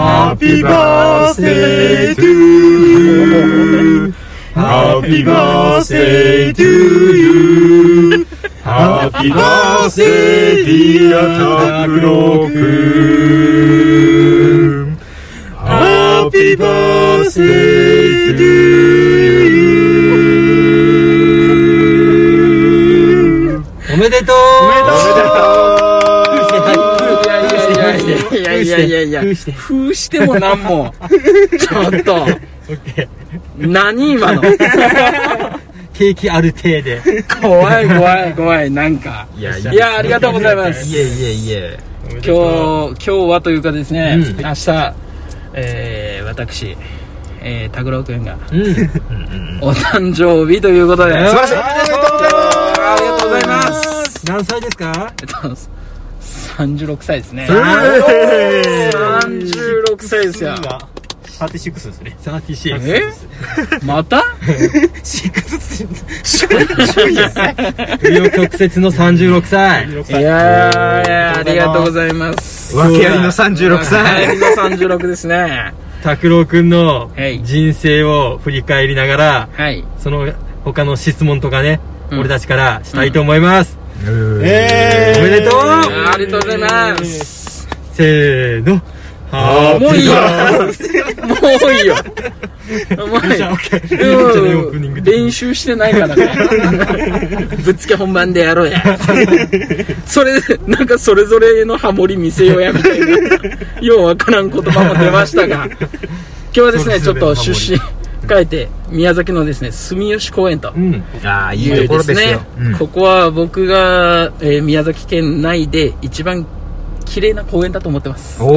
Happy birthday to you. Happy birthday to you. Happy birthday, dear Takuro kun. Happy birthday to you. おめでとういやいやいやいや封して封してもなんもちょっと何今のケーキある程度。怖い怖い怖いなんかいやいいやありがとうございますいえいえいえ。今今日今日はというかですね、う明ん日、えー、私、えー、拓郎君がうん。お誕生日ということで、素晴らしいおめでとうございますありがとうございます何歳ですかえっと36歳ですねえ36歳ですよサーティシックスですね。サーティシックスえまたシックスって不良曲折の36歳。 いやいやありがとうございます訳ありの36はい歳。みんな36ですね拓郎くんのはい人生を振り返りながら、はいその他の質問とかね、うん俺たちからしたいと思います。えおめでとうありがとうございますせーの。はもういいよもういいよも じゃあ、オうッケー。いいいいんじゃないオープニンよグで。練習してないから ねぶっつけ本番でやろうやそれなんかそれぞれのハモリ見せようやみたいなようわからん言葉も出ましたが今日はですねちそょっれぞとれのハモ出リ身変えて宮崎のですね住吉公園とうん。ああ、いいうねここは僕が、えー宮崎県内で一番綺麗な公園だと思ってます、お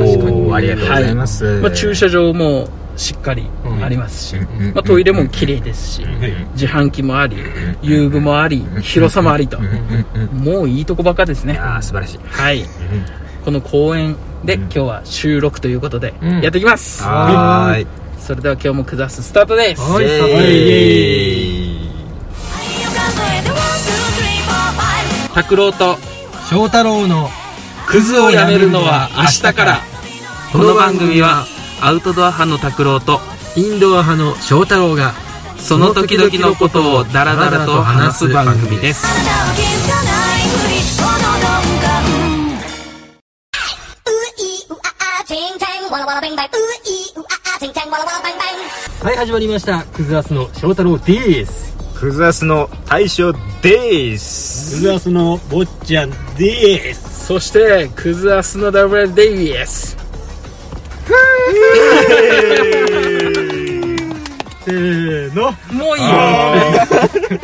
確かにー、ありがとうございます。まあ、駐車場もしっかりありますし、うんうんまあ、トイレも綺麗ですし、自販機もあり遊具もあり広さもありと、もういいとこばっかですねああ、素晴らしい。はいこの公園で今日は収録ということでうんやっていきます、はーい。それでは今日も「くざす」スタートです、はイいエーイ拓郎と翔太郎のクズをやめるのは明日からこの番組はアウトドア派の拓郎とインドア派の翔太郎が、その時々のことをダラダラと話す番組です ah, はい、始まりました。クズアスの翔太郎です。クズアスの大将 です。ズアスの坊ちゃんです。そしてクズアスのダブルデイビエスせーの。もういいよ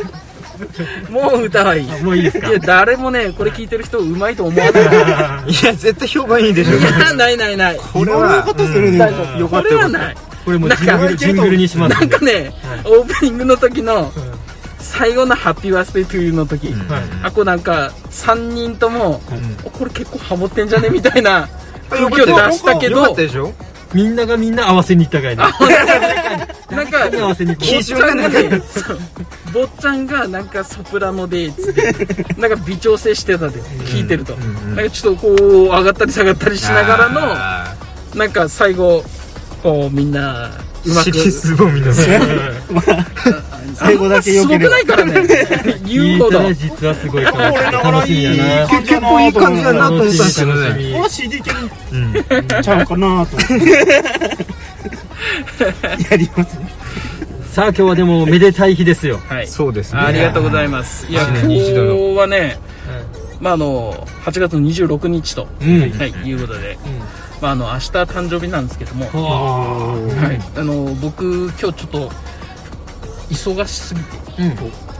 もう歌はいいもういいですかいや誰もねこれ聞いてる人うまいと思わないいいや、絶対評判いいでしょ。やないないないこれは、大丈夫よかこったれよかはっないこれもうジングなんルかジングルにしますなんんでか。ね、オープニングの時の最後の「ハッピーバースデートゥーユー」の時、はいあこうなんか3人とも、おこれ結構ハモってんじゃねみたいなた。空気を出したけよかっどたでしょみんながみんな合わせに行ったかいな。なんか合わせに行こ基準がなかったそう坊っちゃんがなんかソプラノでっつってなんか微調整してたで聞いてると、なんかちょっとこう上がったり下がったりしながらのあなんか最後こうみんなうまーく尻すぼみの。 最後だけ良ければあんますごくないからね う。言うほたどら実はすごいかも俺の頃楽しみいいやな。感じだ結な構いい感じだなと思ったんですけど楽しね。みこ。の CD いけるんちゃうかなと思って。やりますね。さあ今日はでもめでたい日ですよ。はいそうですね。ありがとうございますいや一今年に一日度のはね、まああの8月の26日と、うん。はい、いうことで、まあ、あの明日誕生日なんですけども、はあはい、あの僕今日ちょっと忙しすぎてあうん。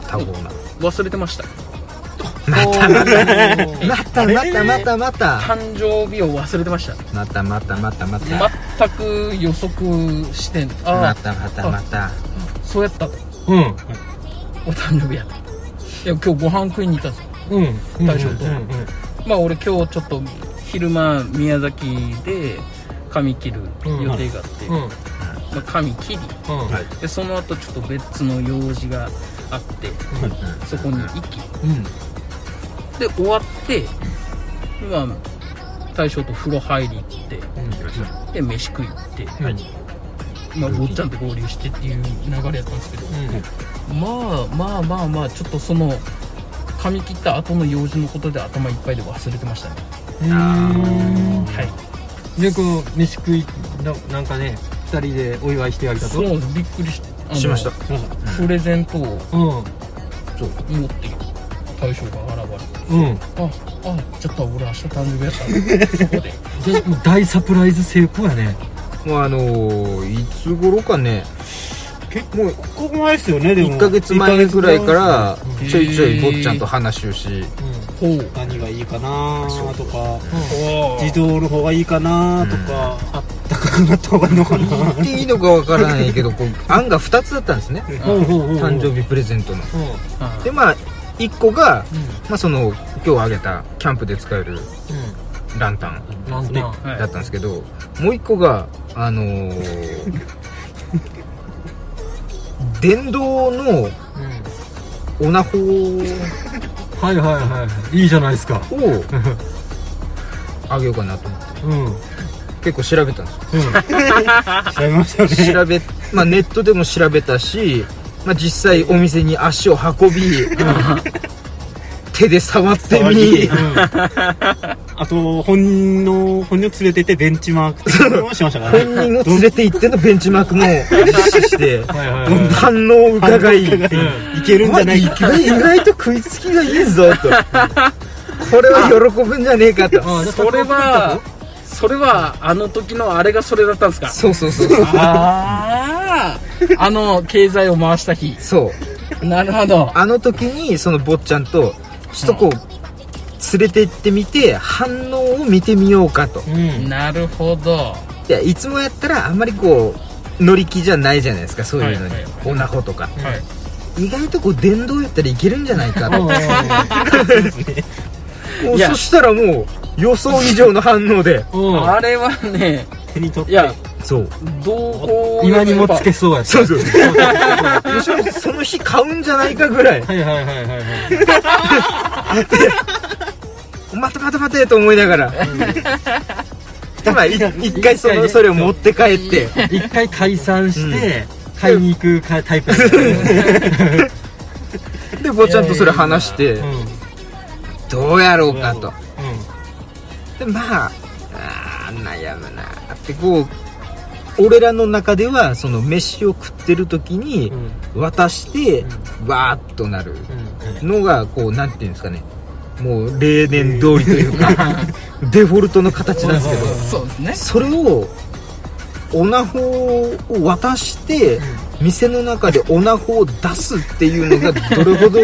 多忙な。 忘れてましたまたまたまたまた。誕生日を忘れてましたまたまたまたまた。全く予測してんあまあたまたまた。そうやったとうん。お誕生日やといや今日ご飯食いに行ったんですようん。大丈夫うんうんまあ俺今日ちょっと昼間宮崎で髪切る予定があって、うん。うまん。あ、髪切りはいでその後ちょっと別の用事があって、そこに行きうん。で終わって今大将と風呂入り行ってで飯食い行って、はいまあ、坊ちゃんと合流してっていう流れやったんですけど、まあまあまあまあちょっとその髪切った後の用事のことで頭いっぱいで忘れてましたねはいでこう飯食いのなんかね二人でお祝いしてやりたそとうなんですびっくりしてあのしましたプレゼントをうん持って大将が現れてうんああちょっと俺明日誕生日やったそこで でもう大サプライズ成功やねもうあのーいつ頃かね結もうここ前ですよねでも1ヶ月前ぐらいからうんちょいちょい坊ちゃんと話をし ほう何がいいかなとかおー自動の方がいいかなとか、あったかくなった方がいいのかな言っていいのかわからない けどこう案が2つだったんですね誕生日プレゼントのあでまあ1個が、まあ、その今日あげたキャンプで使えるランタンうんなんだはだったんですけど、もう1個があの ー電動のオナホはいはいはいいいじゃないですかをあげようかなと思ってうんうん結構調べたんですよちゃいま したね調べ、まあ、ネットでも調べたし、まあ、実際お店に足を運び手で触 って触みりあと本人の本人を連れてってベンチマークとかもしましたから本ね人を連れて行ってのベンチマークも実施してはいはいはい反応を伺いいけるんじゃないまかあ意外と食いつきがいいぞとこれは喜ぶんじゃねえかとあそれはそれはあの時のあれがそれだったんですかそうそうそうそうあああの経済を回した日そう なるほどあの時にその坊ちゃんとちょっとこう連れて行ってみて反応を見てみようかとうんなるほどいやいつもやったらあんまりこう乗り気じゃないじゃないですかそういうのに、はいはいオナホとかはい意外とこう電動やったらいけるんじゃないかとうんもういやそしたらもう予想以上の反応でうんあれはね手に取っいてやそうどうこう今にもつけそうやそうそうむしろ その日買うんじゃないかぐら いはいはいはいはいはい待て待て待てと思いながらまあい一回そ一回のねそれを持って帰って一回解散して、買いに行くかタイプだったよねで坊ちゃんとそれ話してうんうんどうやろうかとでまああー悩むなってこう俺らの中ではその飯を食ってる時にうん渡してわーっとなるのがこうなんていうんですかねもう例年通りという かデフォルトの形なんですけどそうですねそれをオナホを渡して店の中でオナホを出すっていうのがどれ ほど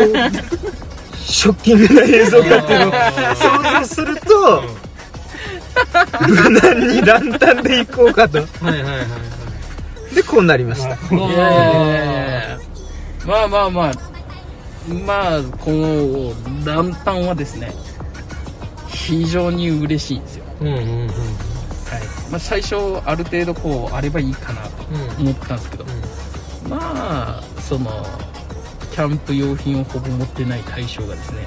ショッキングな映像かっていうのを想像すると無難にランタンで行こうかとはいはいはいはいでこうなりましたいやいやいやいやまあまあまあまあこのランタンはですね非常に嬉しいんですよ、うんうんうんうんまあ、最初ある程度こうあればいいかなと思ったんですけど、まあそのキャンプ用品をほぼ持ってない対象がですね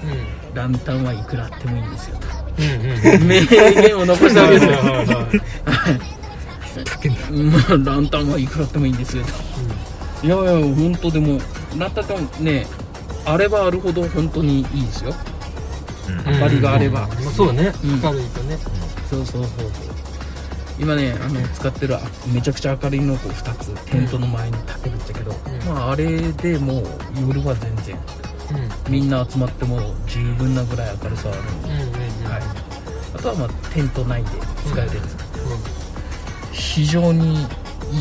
ランタンはいくらあってもいいんですよとうんうん名言を残したわけですよは いはいはいまあランタンはいくらあってもいいんですよと、いやいや本当でもランタンでもねあればあるほど本当にいいですようん明かりがあればまそうねうん明るいとねそうそうそうそう今ねあの使ってるあめちゃくちゃ明るいのをこう2つテントの前に立てるんだけど、んまああれでもう夜は全然みんな集まっても十分なぐらい明るさはあるんで、うんうんうんうんはい、あとはまあテント内で使えるやつ、非常にいい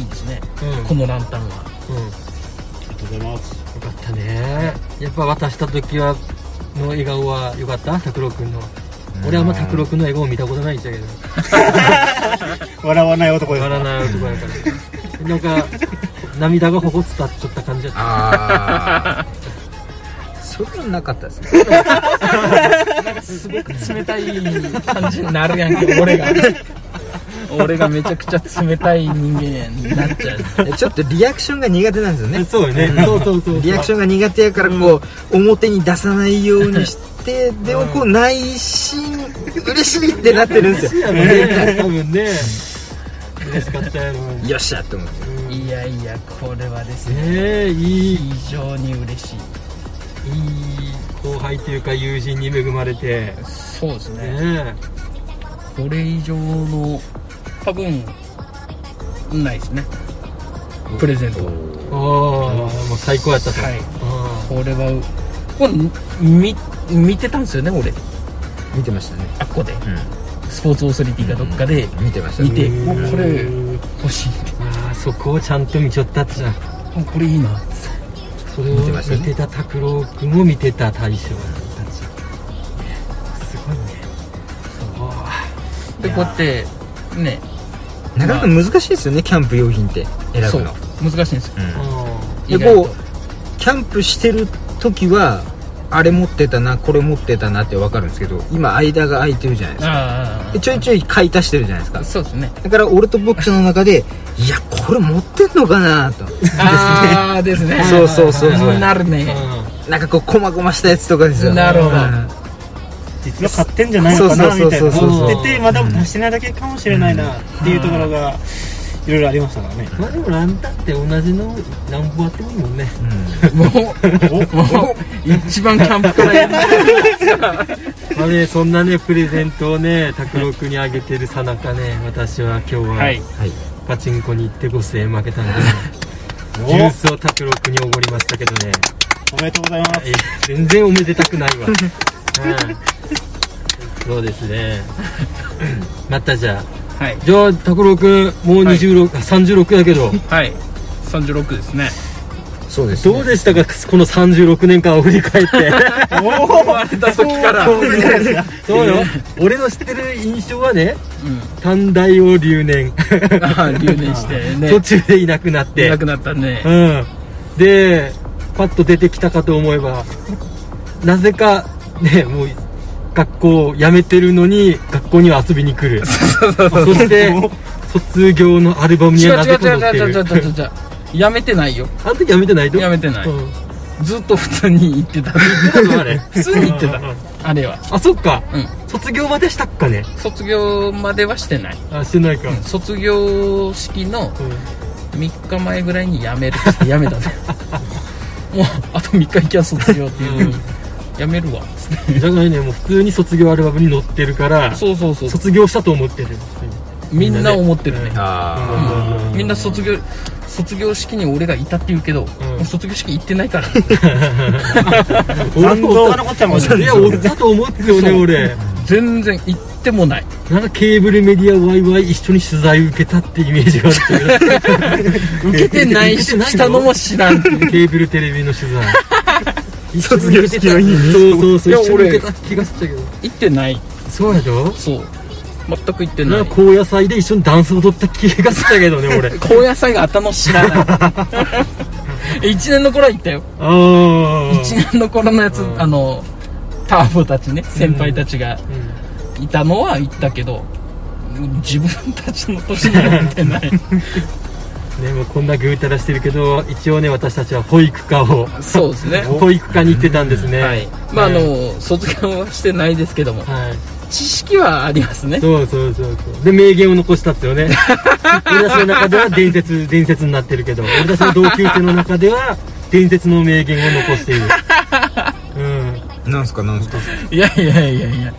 ですねうんこのランタンはうんよありがとうございますかったねやっぱ渡した時はの笑顔はよかった拓郎君の俺はあんま拓郎君の笑顔見たことないんだけど笑わない男 で笑すわない男やから なんか涙がほこ伝わっちゃった感じだったああそれはなかったですねすごく冷たい感じになるやんけ俺が俺がめちゃくちゃ冷たい人間になっちゃうちょっとリアクションが苦手なんですよねそうよねそうそう そうリアクションが苦手やからこう、表に出さないようにして、でもこう内心嬉しいってなってるんですよやろね多分ね嬉しかったやろねよっしゃって思っていやいやこれはですねえいい非常に嬉しいいい後輩というか友人に恵まれてそうですねねこれ以上の多分ないですねプレゼントはああもう最高やったと、はいあこれはこれ見見てたんですよね俺見てましたねあっこでうスポーツオーソリティがどっかでん見てました見て、ねもうこれ欲しいああそこをちゃんと見ちょったってじゃんもうこれいいなそれを見てましたね見てた拓郎君も見てた大将たちいやーですごいねそうこうやってねなかなか難しいですよねキャンプ用品って選そぶうの難しいんですようんあで意外とこキャンプしてる時はあれ持ってたなこれ持ってたなって分かるんですけど今間が空いてるじゃないですかあでちょいちょい買い足してるじゃないですかあそうですねだから俺とぼっちの中でいやこれ持ってんのかなとああです ねそうそうそうそうなるねなんかこうこまごましたやつとかですよなるほどうん実は買ってんじゃないのかなそみうたいそうなそうそうそう思っててまだ足してないだけかもしれないなっていうところがいろいろありましたからねまあでもランタンって同じの何本あってもいいもんねもうもう一番キャンプからやるまあねそんなねプレゼントをね拓郎君にあげてるさなかね私は今日は、はいはいパチンコに行って5000円負けたんで、ジュースを拓郎君におごりましたけどね、おめでとうございますえ全然おめでたく ないわ、うん、そうです ねまたじゃあはいじゃあ拓郎君もう26、あ36やけどはい36ですねそうです、ね、どうでし たかこの36年間を振り返って生まれた時からそうよ俺の知ってる印象はねうん短大を 留年ああ留年してね途中でいなくなっていなくなったねうん、でパッと出てきたかと思えばなぜかねもう学校を辞めてるのに学校には遊びに来るそして卒業のアルバムに違うはな違ぜうか違う載って違う違う違うる違う違うやめてないよあの時辞めてないとやめてないうんずっと普通に行って たあ れ普通に行ってたあれはあそっか、うん卒業までしたっかね卒業まではしてないあしてないか、卒業式のうん3日前ぐらいに辞める って言って辞めたんだよもうあと3日行きゃ卒業っていう、うん辞めるわつってじゃないねもう普通に卒業アルバムに載ってるからそうそうそう卒業したと思ってるみんな思ってるねあうんみんな卒業卒業式に俺がいたって言うけど、んもう卒業式行ってないから 残像が残っちゃうもんいねや俺だと思ってよねそう俺全然行ってもないなんかケーブルメディアワイワイ一緒に取材受けたってイメージがある受けてないし受けてないのしたのも知らんけ どケーブルテレビの取材卒業式の日にそうそうそういや一緒に俺受けた気がしちゃうけど行ってないそうやろそう全く行ってなないんか高野菜で一緒にダンス踊った気がしちゃうけどね 俺高野菜が頭知らない1 年の頃は行ったよあ1年の頃のやつ、うんあのターボたちね先輩たちがあいたのは行ったけど、自分たちの年には見てない ねもうこんなぐうたらしてるけど一応ね私たちは保育課をそうですね保育課に行ってたんですねはいまああの卒業はしてないですけどもはい知識はありますねそうそうそうそうで名言を残したっす よね俺たちの中では伝説伝説になってるけど俺たちの同級生の中では伝説の名言を残しているうんあなんすかなんすかいやいやいやいや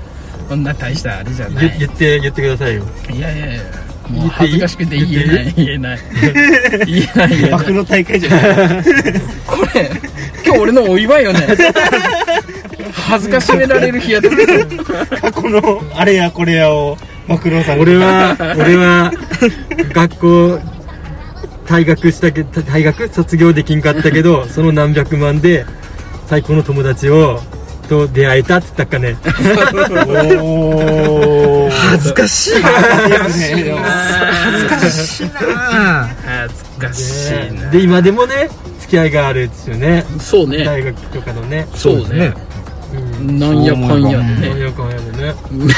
こんな大したあれじゃな言い言って言ってくださいよいやいやいやもう言っていい恥ずかしくて言えない言えない言えない 言えない暴露大会じゃないこれ今日俺のお祝いよね恥ずかしめられる日やった過去のあれやこれやを暴露され俺ては俺は学校退学したけ退学卒業できんかったけどその何百万で最高の友達をと出会えたっつったっかね おー恥ずかしい ですね恥ずかしいなあ恥ずかしいねなで今でもね付き合いがあるっすよねそうね大学とかのねそうねなんやかんやでねよくあるね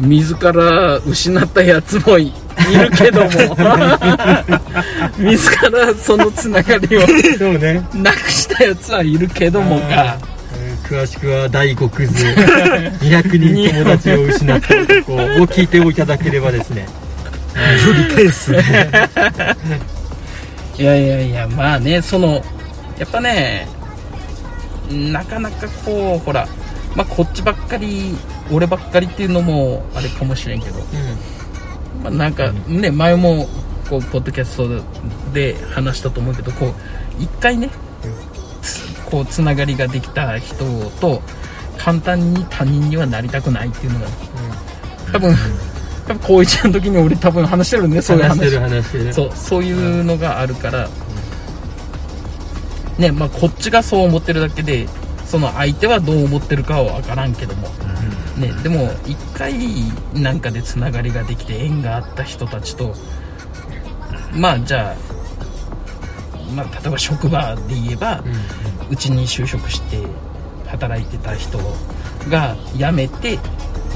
自ら失ったやつもいいるけども自らそのつながりをそうねなくしたやつはいるけどもが詳しくは第5クズ200人友達を失った男を聞いていただければですね返すいやいやいやまあねそのやっぱねなかなかこうほらまあこっちばっかり俺ばっかりっていうのもあれかもしれんけど、まあ、なんかね前もこうポッドキャストで話したと思うけどこう一回ねつこうつながりができた人と簡単に他人にはなりたくないっていうのが、多分多分高一の時に俺多分話してるんでそういう話し話てる話してるそうそういうのがあるから、ねまあ、こっちがそう思ってるだけでその相手はどう思ってるかは分からんけども、ね、でも一回なんかでつながりができて縁があった人たちとまあじゃあ、まあ、例えば職場で言えばうち、に就職して働いてた人が辞めて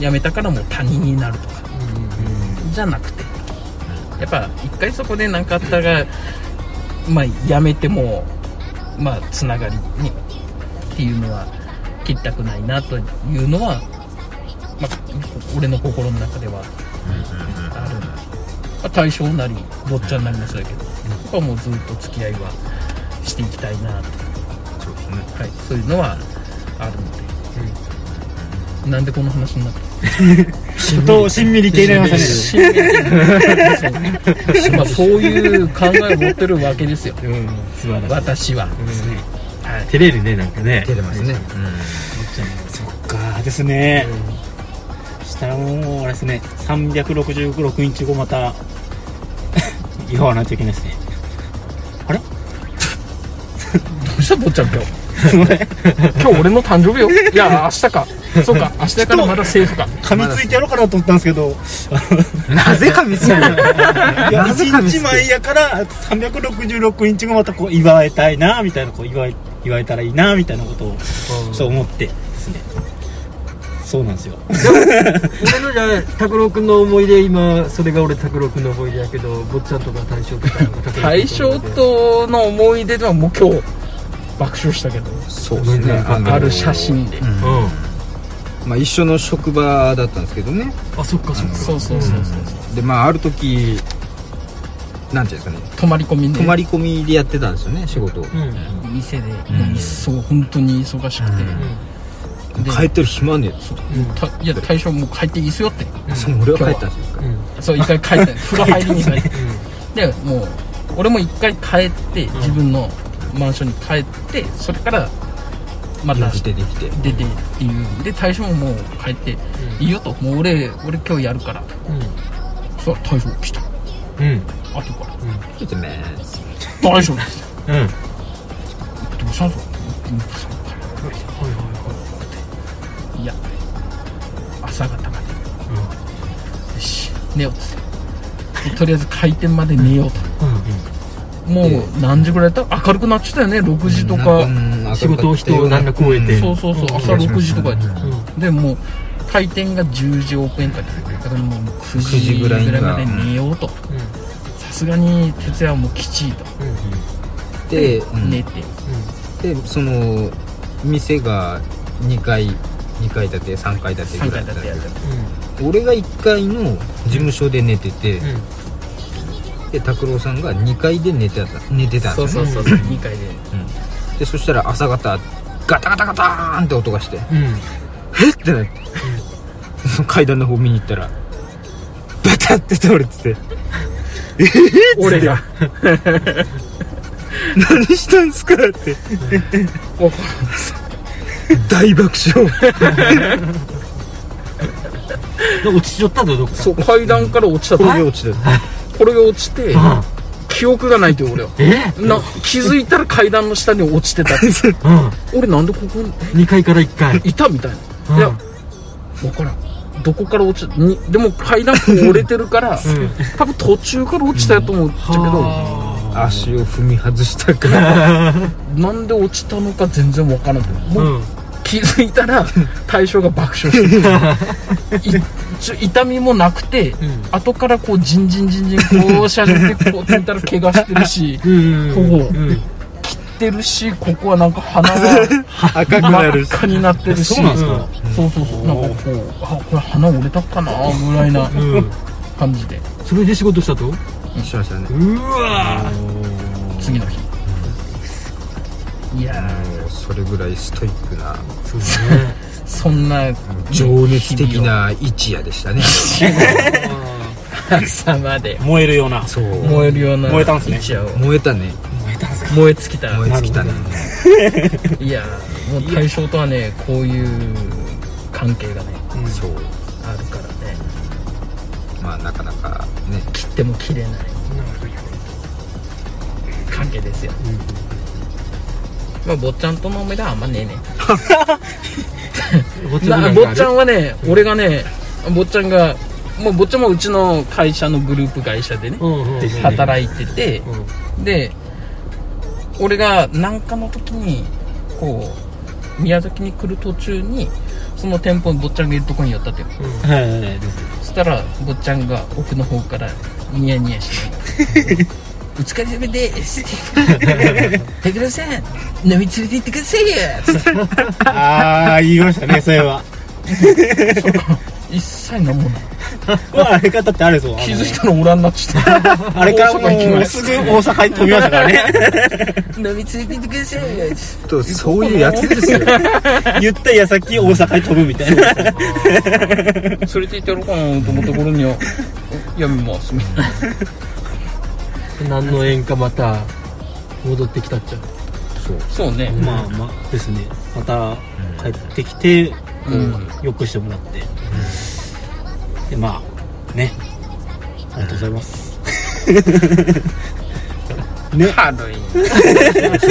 辞めたからもう他人になるとか。じゃなくてやっぱ一回そこで何かあったらまあやめてもまあつながりねっていうのは切りたくないなというのは、まあ、俺の心の中ではある、まあ、対象なり坊っちゃんなりもそうだけど、僕はもうずっと付き合いはしていきたいなとそうですねはい、そういうのはあるので、なんでこの話になったちょっとしんみり系になりまし信じてまあそういう考えを持ってるわ けですようん素晴ら私しは、はいい照れるねなんかね出てますね、たねそっかですね、したらもうあれですね366日後また 言わないといけないですねどうした坊ちゃん 今日今日俺の誕生 日よいや明日かそうか 明日からまだセーフか噛みついてやろうかなと思ったんですけどなぜか見 つけるいやなぜか1見つ日ける前やから366日後またこう祝いたいなみたいなこう祝い祝えたらいいなみたいなことをそう思ってですねそうなんですよ俺のじゃあ拓郎君の思い出今それが俺拓郎君の思い出やけど坊ちゃんとか大将とか大将との思い出ではもう今日爆笑したけどそうですねあのある写真で、うんまあ、一緒の職場だったんですけどねあそっかそっかそうそうそうそうでまあある時なんていうんですかね泊まり込みね泊まり込みでやってたんですよね仕事をうん店で、もう一層本当に忙しくて、で帰ってる暇ねえっつってたいや大将もう帰っていいっすよってそう俺は帰ったんですよそう一回 帰って風呂入りに帰ってでもう俺も一回帰って自分のマンションに帰ってそれからまた用事でできて出てっていうんで大将ももう帰って「いいよ」と「もう俺俺今日やるから」そう大将来たうんうん後からちょっとね「大将ですうんどうしたんすか?」いや朝方まで、よし寝ようっつってでとりあえず開店まで寝ようと、もう何時ぐらいだった明るくなっちゃったよね6時とか、仕事を人を何ら超えてそうそうそう、朝6時とかやってた、でもう開店が10時オープンかだからもう9 9時時ぐぐらいらにいはまで寝ようとさすがに徹夜はもうきちいとで、うん寝て、でその店が2階2階建て3階建て3ぐらいだっん回だったてでやするけど俺が1階の事務所で寝てて、で拓郎さんが2階で寝てた寝てたんでそうすよそうそう2回ででそしたら朝方ガタガタガターンって音がしてえっってなって、その階段の方見に行ったらバタって倒れてて俺が何したんすかってお大爆笑落ちちゃったぞどっかそう階段から落ちたと転げ落ちてたこれが落ちてうん記憶がないと俺はえな気づいたら階段の下に落ちてたう俺なんでここにん2階から1階いたみたいな、いや分からんどこから落ちたにでも階段も折れてるから、ん多分途中から落ちたやと思ったけど、足を踏み外したからなんで落ちたのか全然分からんけどもううん気づいたら対象が爆笑してるいちょ痛みもなくて、後からこうジンジンジンジンこうしゃべってこうって言ったら怪我してるしうんここうんってるしここはなんか鼻が赤くな真っるし赤になってるしそうなんですかうんそうそうそうなんかこうあこれ鼻折れたかなぐらいなうん感じでそれで仕事したとしましたねうわ次の日いやもうそれぐらいストイックなそうだねーそんな情熱的な一夜でしたね朝まで燃えるような そう燃えるような燃えたんすね一夜を燃えたね燃え尽きた燃え尽きたねいやーもう対象とはねこういう関係がねそうあるからねまあなかなかね切っても切れない関係ですよ、まあ坊ちゃんとの思い出はあんまねえね 坊ちゃんなぐ坊らいちゃんはね俺がね坊ちゃんがもう坊ちゃんもうちの会社のグループ会社でねうんうん働いててうんで俺がなんかの時にこう宮崎に来る途中にその店舗に坊ちゃんがいるとこに寄ったってはいはいはいそしたら坊ちゃんが奥の方からニヤニヤしながら「お疲れ様です」って「武田さん飲み連れて行ってくださいよ」つってああ言いましたねそれは一切飲もないあれ方ってあれぞ気 づいたらおらんなっちゃっあれからもうすぐ大阪に飛びましたからねた「飲み連れて行ってくださいよ」つってとそういうやつですよ言った矢先大阪に飛ぶみたいな連れて行ってやろうかなと思った頃には「やめます」みたいな何の縁かまた戻ってきたっちゃそうねまあまあですねまた帰ってきて、うんよくしてもらって、でまあねありがとうございます、軽い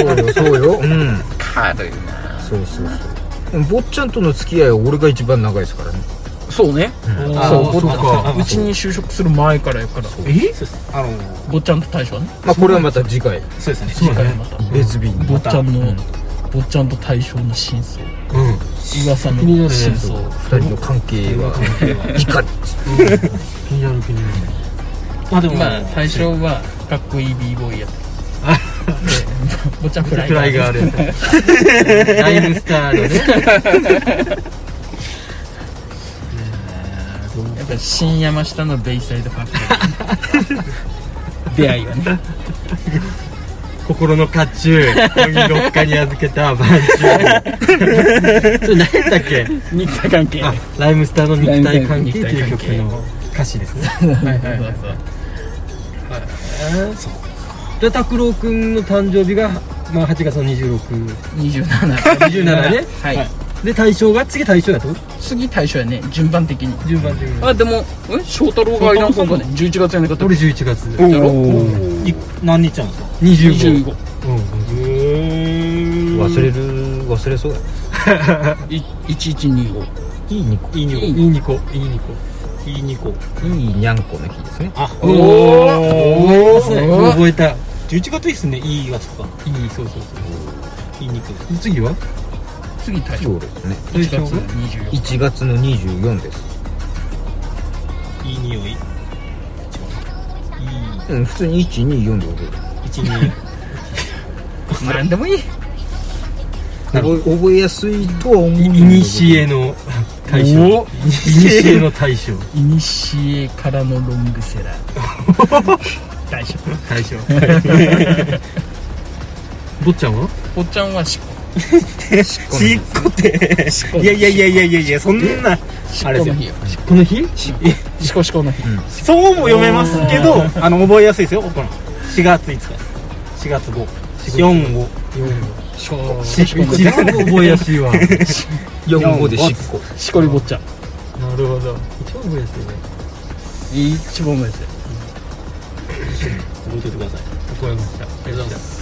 そうよそうようん軽いなそうそうそう坊ちゃんとの付き合いは俺が一番長いですからねそうねあそう坊そうちゃかんうちに就職する前からやからえそうですあの坊ちゃんと大将はねまあこれはまた次回そうですね次回また別日に坊ちゃんの坊ちゃんと大将の真相うん噂気になのるね真相二人の関係 はいかに気になる気になるまあでも、 まあ大将はかっこいい b ボーイやったで坊ちゃんフライフライがある ライブスターのねやっぱ新山下のベイサイドファク トリー出会いはね心の甲冑本六日に預けた番中それ何やったっけ日体関係あライムスターの肉体関係っていう曲の歌詞ですねで拓郎くんの誕生日が、まあ、8月の26 27 27ねはい、はいで大賞が次大賞だと次大将やね順番的に順番的にあでもえ翔太郎がいらんかったね11月やなかった俺11月やろい何日なんですか25 25うん忘れる忘れそうだい1125いいにこいいいいいいにこにこいいにこいいにこいいにゃんこの日ですねあおおーおお覚えたい11月いいっすねいい月とかいそうそうそいい肉う次は次大将今日ですね1月24 1月の24ですいい匂い違ううん普通に124でいい12何でもいい覚える覚え覚えやすいとは思うんだけどいにしえの大賞いおにしえの大賞いにしえからのロングセラー大将大賞 坊ちゃんはおっちゃんはしちっこっていやいやいやいやいやいやそんなあれこでのすよ日よこの日しこしこの日そうも読めますけどあの覚えやすいですよこの4月5日4月5 4五しこ一番覚えやすいわなる45でしっこしこり坊ちゃんほど一番覚えやすいね一番目ですよ覚えておいてください覚えましたありがとうございます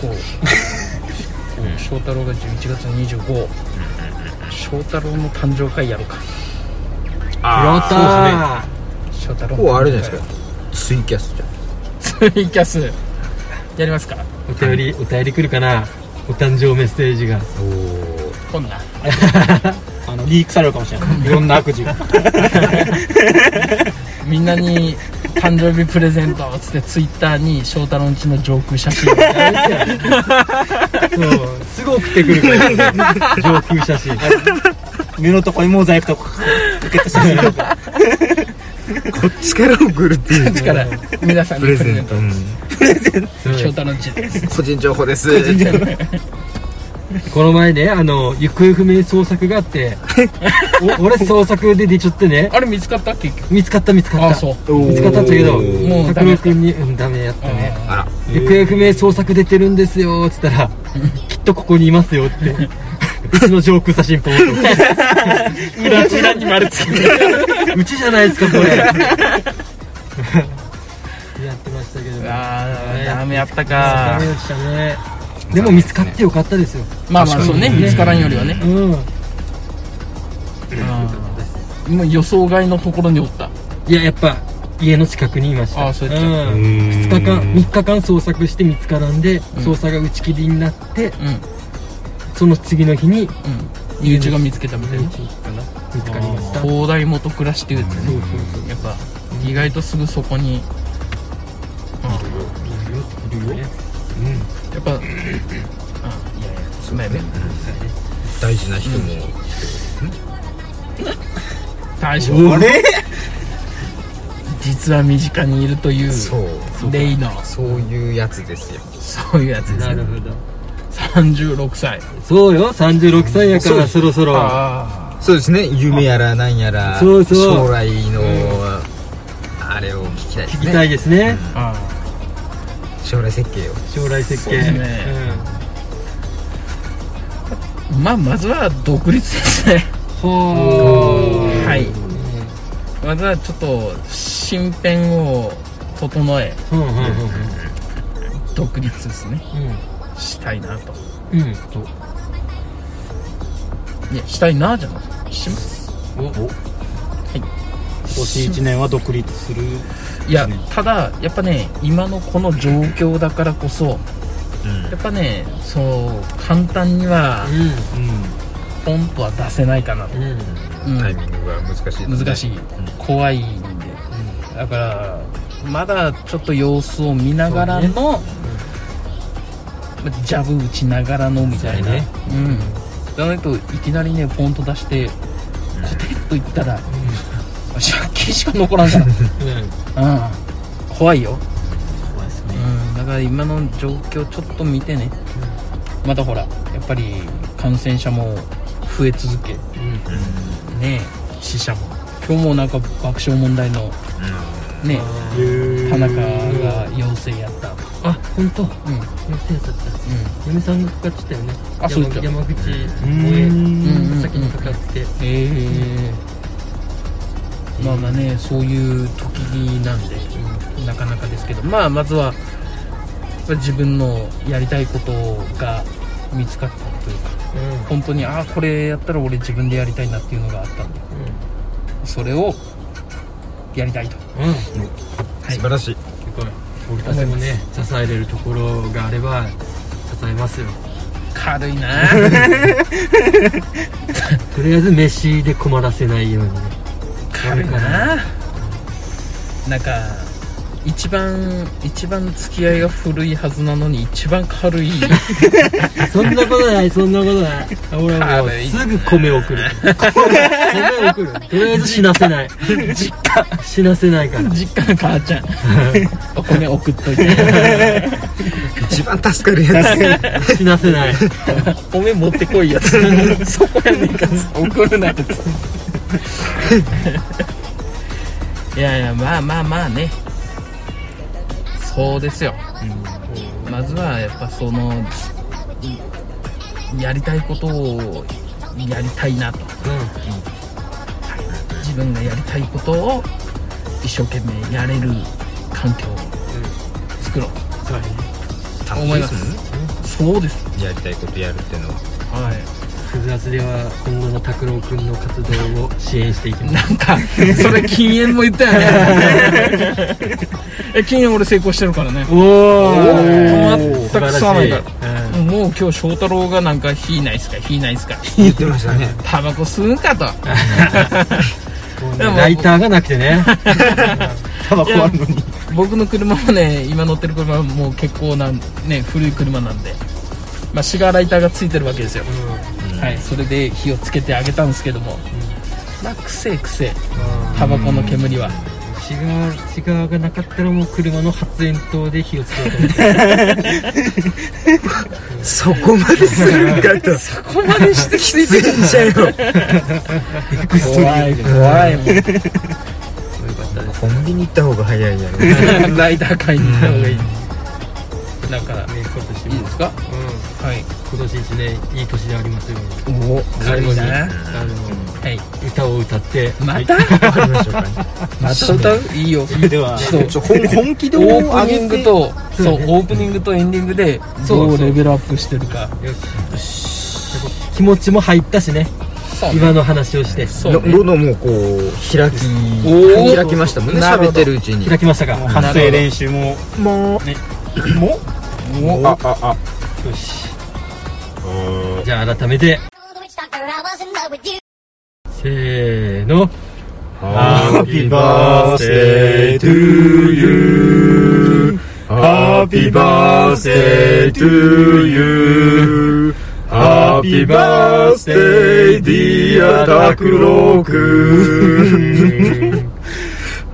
こう翔太郎が11月25翔太郎の誕生会やろうかやあった翔太郎こうあれじゃないですかツイキャスじゃんかツイキャスやりますかーお便りお便り来るかなお誕生メッセージがおこんなあのリークされるかもしれないいろんな悪事がみんなに誕生日プレゼントっつってツイッターに翔太のうちの上空写真をそうすぐ送ってくるから、ね、上空写真目のとこにモザイクとかかけた写真とかこっちから送る っていう から皆さんプにプレレゼゼンントト、うんそう翔太のうちです個人情報ですこの前ねあの行方不明捜索があ ってお俺捜索で出ちゃってねあれ見つかった結局見つかった見つかったあそう見つかったんだけどもうダ拓メ郎君に「うんダメやったね」あら行方不明捜索出てるんですよっつったら「きっとここにいますよ」ってうちの上空写真ポーズ裏地裏に丸つけて うちじゃないですかこれやってましたけどあーダメやったダかメでしたねでも見つかってよかったですよまあまあそうね確かにね見つからんよりはねうんもう予想外のところにおったいややっぱ家の近くにいましたあーそうやっち2日間3日間捜索して見つからんで捜査が打ち切りになってうんうんその次の日に友人が見つけたみたいな見つかりましたそう東大元暮らしっていうやつねそうそうやっぱ意外とすぐそこにいるよやっぱ、うん、いやいや、すまんね。大事な人も、大将、あれ実は身近にいるという、そうレイの、そういうやつですよそういうやつですなるね。ほど36歳。そうよ36歳やからそろそろあそうですね夢やらなんやらそうそう将来の、あれを聞きたいです聞ねきたいですねあ、あ将来設計を将来設そうで計すねあ。まあ、まずは独立ですね。うんほー はい。まずはちょっと、身辺を整え、うんうんうん独立ですね。うしたいなと。んうんといや、したいなじゃない。します。今年1年は独立するいやただやっぱね今のこの状況だからこそ、やっぱねそう簡単にはポンとは出せないかなと、うんうんうんタイミングが難しいですね、難しい、怖いんで、だからまだちょっと様子を見ながらの、まジャブ打ちながらのみたいなそうやねうんじゃないといきなりねポンと出してコテッといった ら、借金しか残らんからうん怖いよ怖いですねうんだから今の状況ちょっと見てね、またほらやっぱり感染者も増え続け、ねえ死者も今日もなんか爆笑問題の、ねえ田中が陽性やったとあ本当うんうん先生だった嫁さんがかかってたよねあそうだ山山口ん萌え先にかかってええまあまあねそういう時なんで、なかなかですけどまあまずはまあ自分のやりたいことが見つかったというか本当にああこれやったら俺自分でやりたいなっていうのがあったんでそれをやりたいとうんうん素晴らしい僕たちもね支えれるところがあれば支えますよ 軽いなぁとりあえず飯で困らせないようにね軽いなぁなんか一番一番付き合いが古いはずなのに一番軽いそんなことないそんなことない俺はもう軽いすぐ米を送る米を送るとりあえず死なせない実家死なせない から実家の母ちゃ んお米送っといて一番助かるやつ死なせないお米持ってこいやつ そこやねんか送るな やついやいやまあまあまあねそうですよ、まずはやっぱそのやりたいことをやりたいなと自分がやりたいことを一生懸命やれる環境を作ろうと思います、そうですやりたいことやるってのははい複雑では今後の拓郎くんの活動を支援していきますなんか、それ禁煙も言ったよ ね。え、禁煙俺成功してるからね。おお全く吸わないから。もう今日翔太郎がなんか、火ないっすか、火ないっすか。 言ってましたねタバコ吸うんかと。でもライターがなくて ねタバコあるのに僕の車もね今乗ってる車はもう結構なんね古い車なんでまあシガーライターがついてるわけですよ、はいそれで火をつけてあげたんですけども、まあくせえくせえタバコの煙はシガーシガーがなかったらもう車の発煙筒で火をつけようと思ってそこまでするんだとそ こまでしてきついんじゃよ怖い怖いもうよかったですコンビニ行った方が早いやろライダー買いに行った方がいい、だからね今年いいもですかうはいん今年一年いい年でありますようにお最後に軽いなあはいの歌を歌ってまたありましょうかねまた歌ういいよではちょっとちょ本本気でオ上ープニンげてグとそうオープニングとエンディングでそうどそううレベルアップしてるかよし気持ちも入ったしねそう今の話をしてそうね喉もこう開きおー開きましたもんねなるほ喋どってるうちに開きましたか発声練習ももうねももううああよしじゃあ改めて Which doctor I was in love with you. ah, せーのあ Happy birthday to you Happy birthday to you Happy birthday, dear 拓郎くん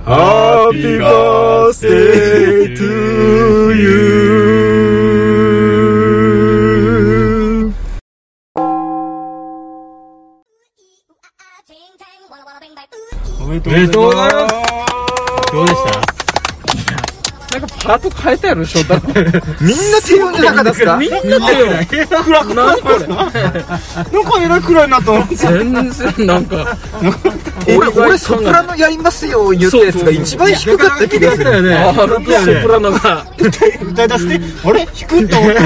Happy birthday to you ah, Ting tang, walla walla bing bang. おめでおめでととううごござざいいまますすどうでしたなんかパート変えたやろ翔太みんな手読んでなかったですかみんなだよ暗くなこれなんかえらいくらいになったの全然なんか俺俺ソプラノやりますよ言ったやつが一番低かった気がするねアルプスプラノが歌い出してあれ弾くんと思った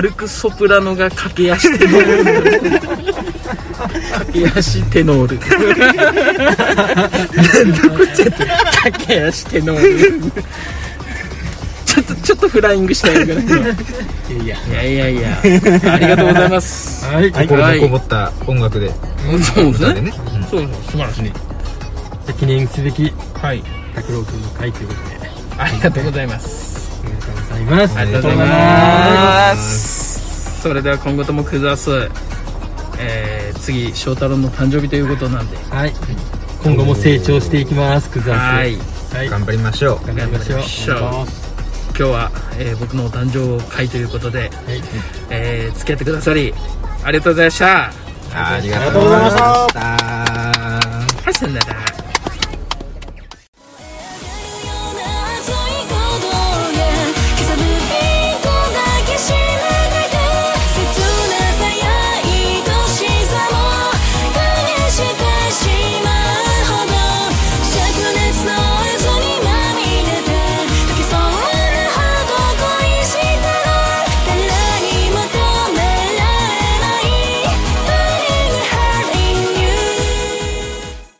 歩くソプラノが駆け足テノール駆け足テノール駆け足テノールちょっとちょっとフライングしたいぐらいいやいやいやいやありがとうございますはいじゃ心のこもった音楽でそうです歌でねねそうそう素晴らしいねあ記念すべきはい拓郎君の会ということでありがとうございますおめでとうございますありがとうございますそれでは今後ともクズアスえー、次翔太郎の誕生日ということなんではい今後も成長していきますクザはーいスはい頑張りましょう頑張りましょう今日は、えー僕のお誕生会ということで、えー付き合ってくださりありがとうございましたありがとうございましたはいさよなら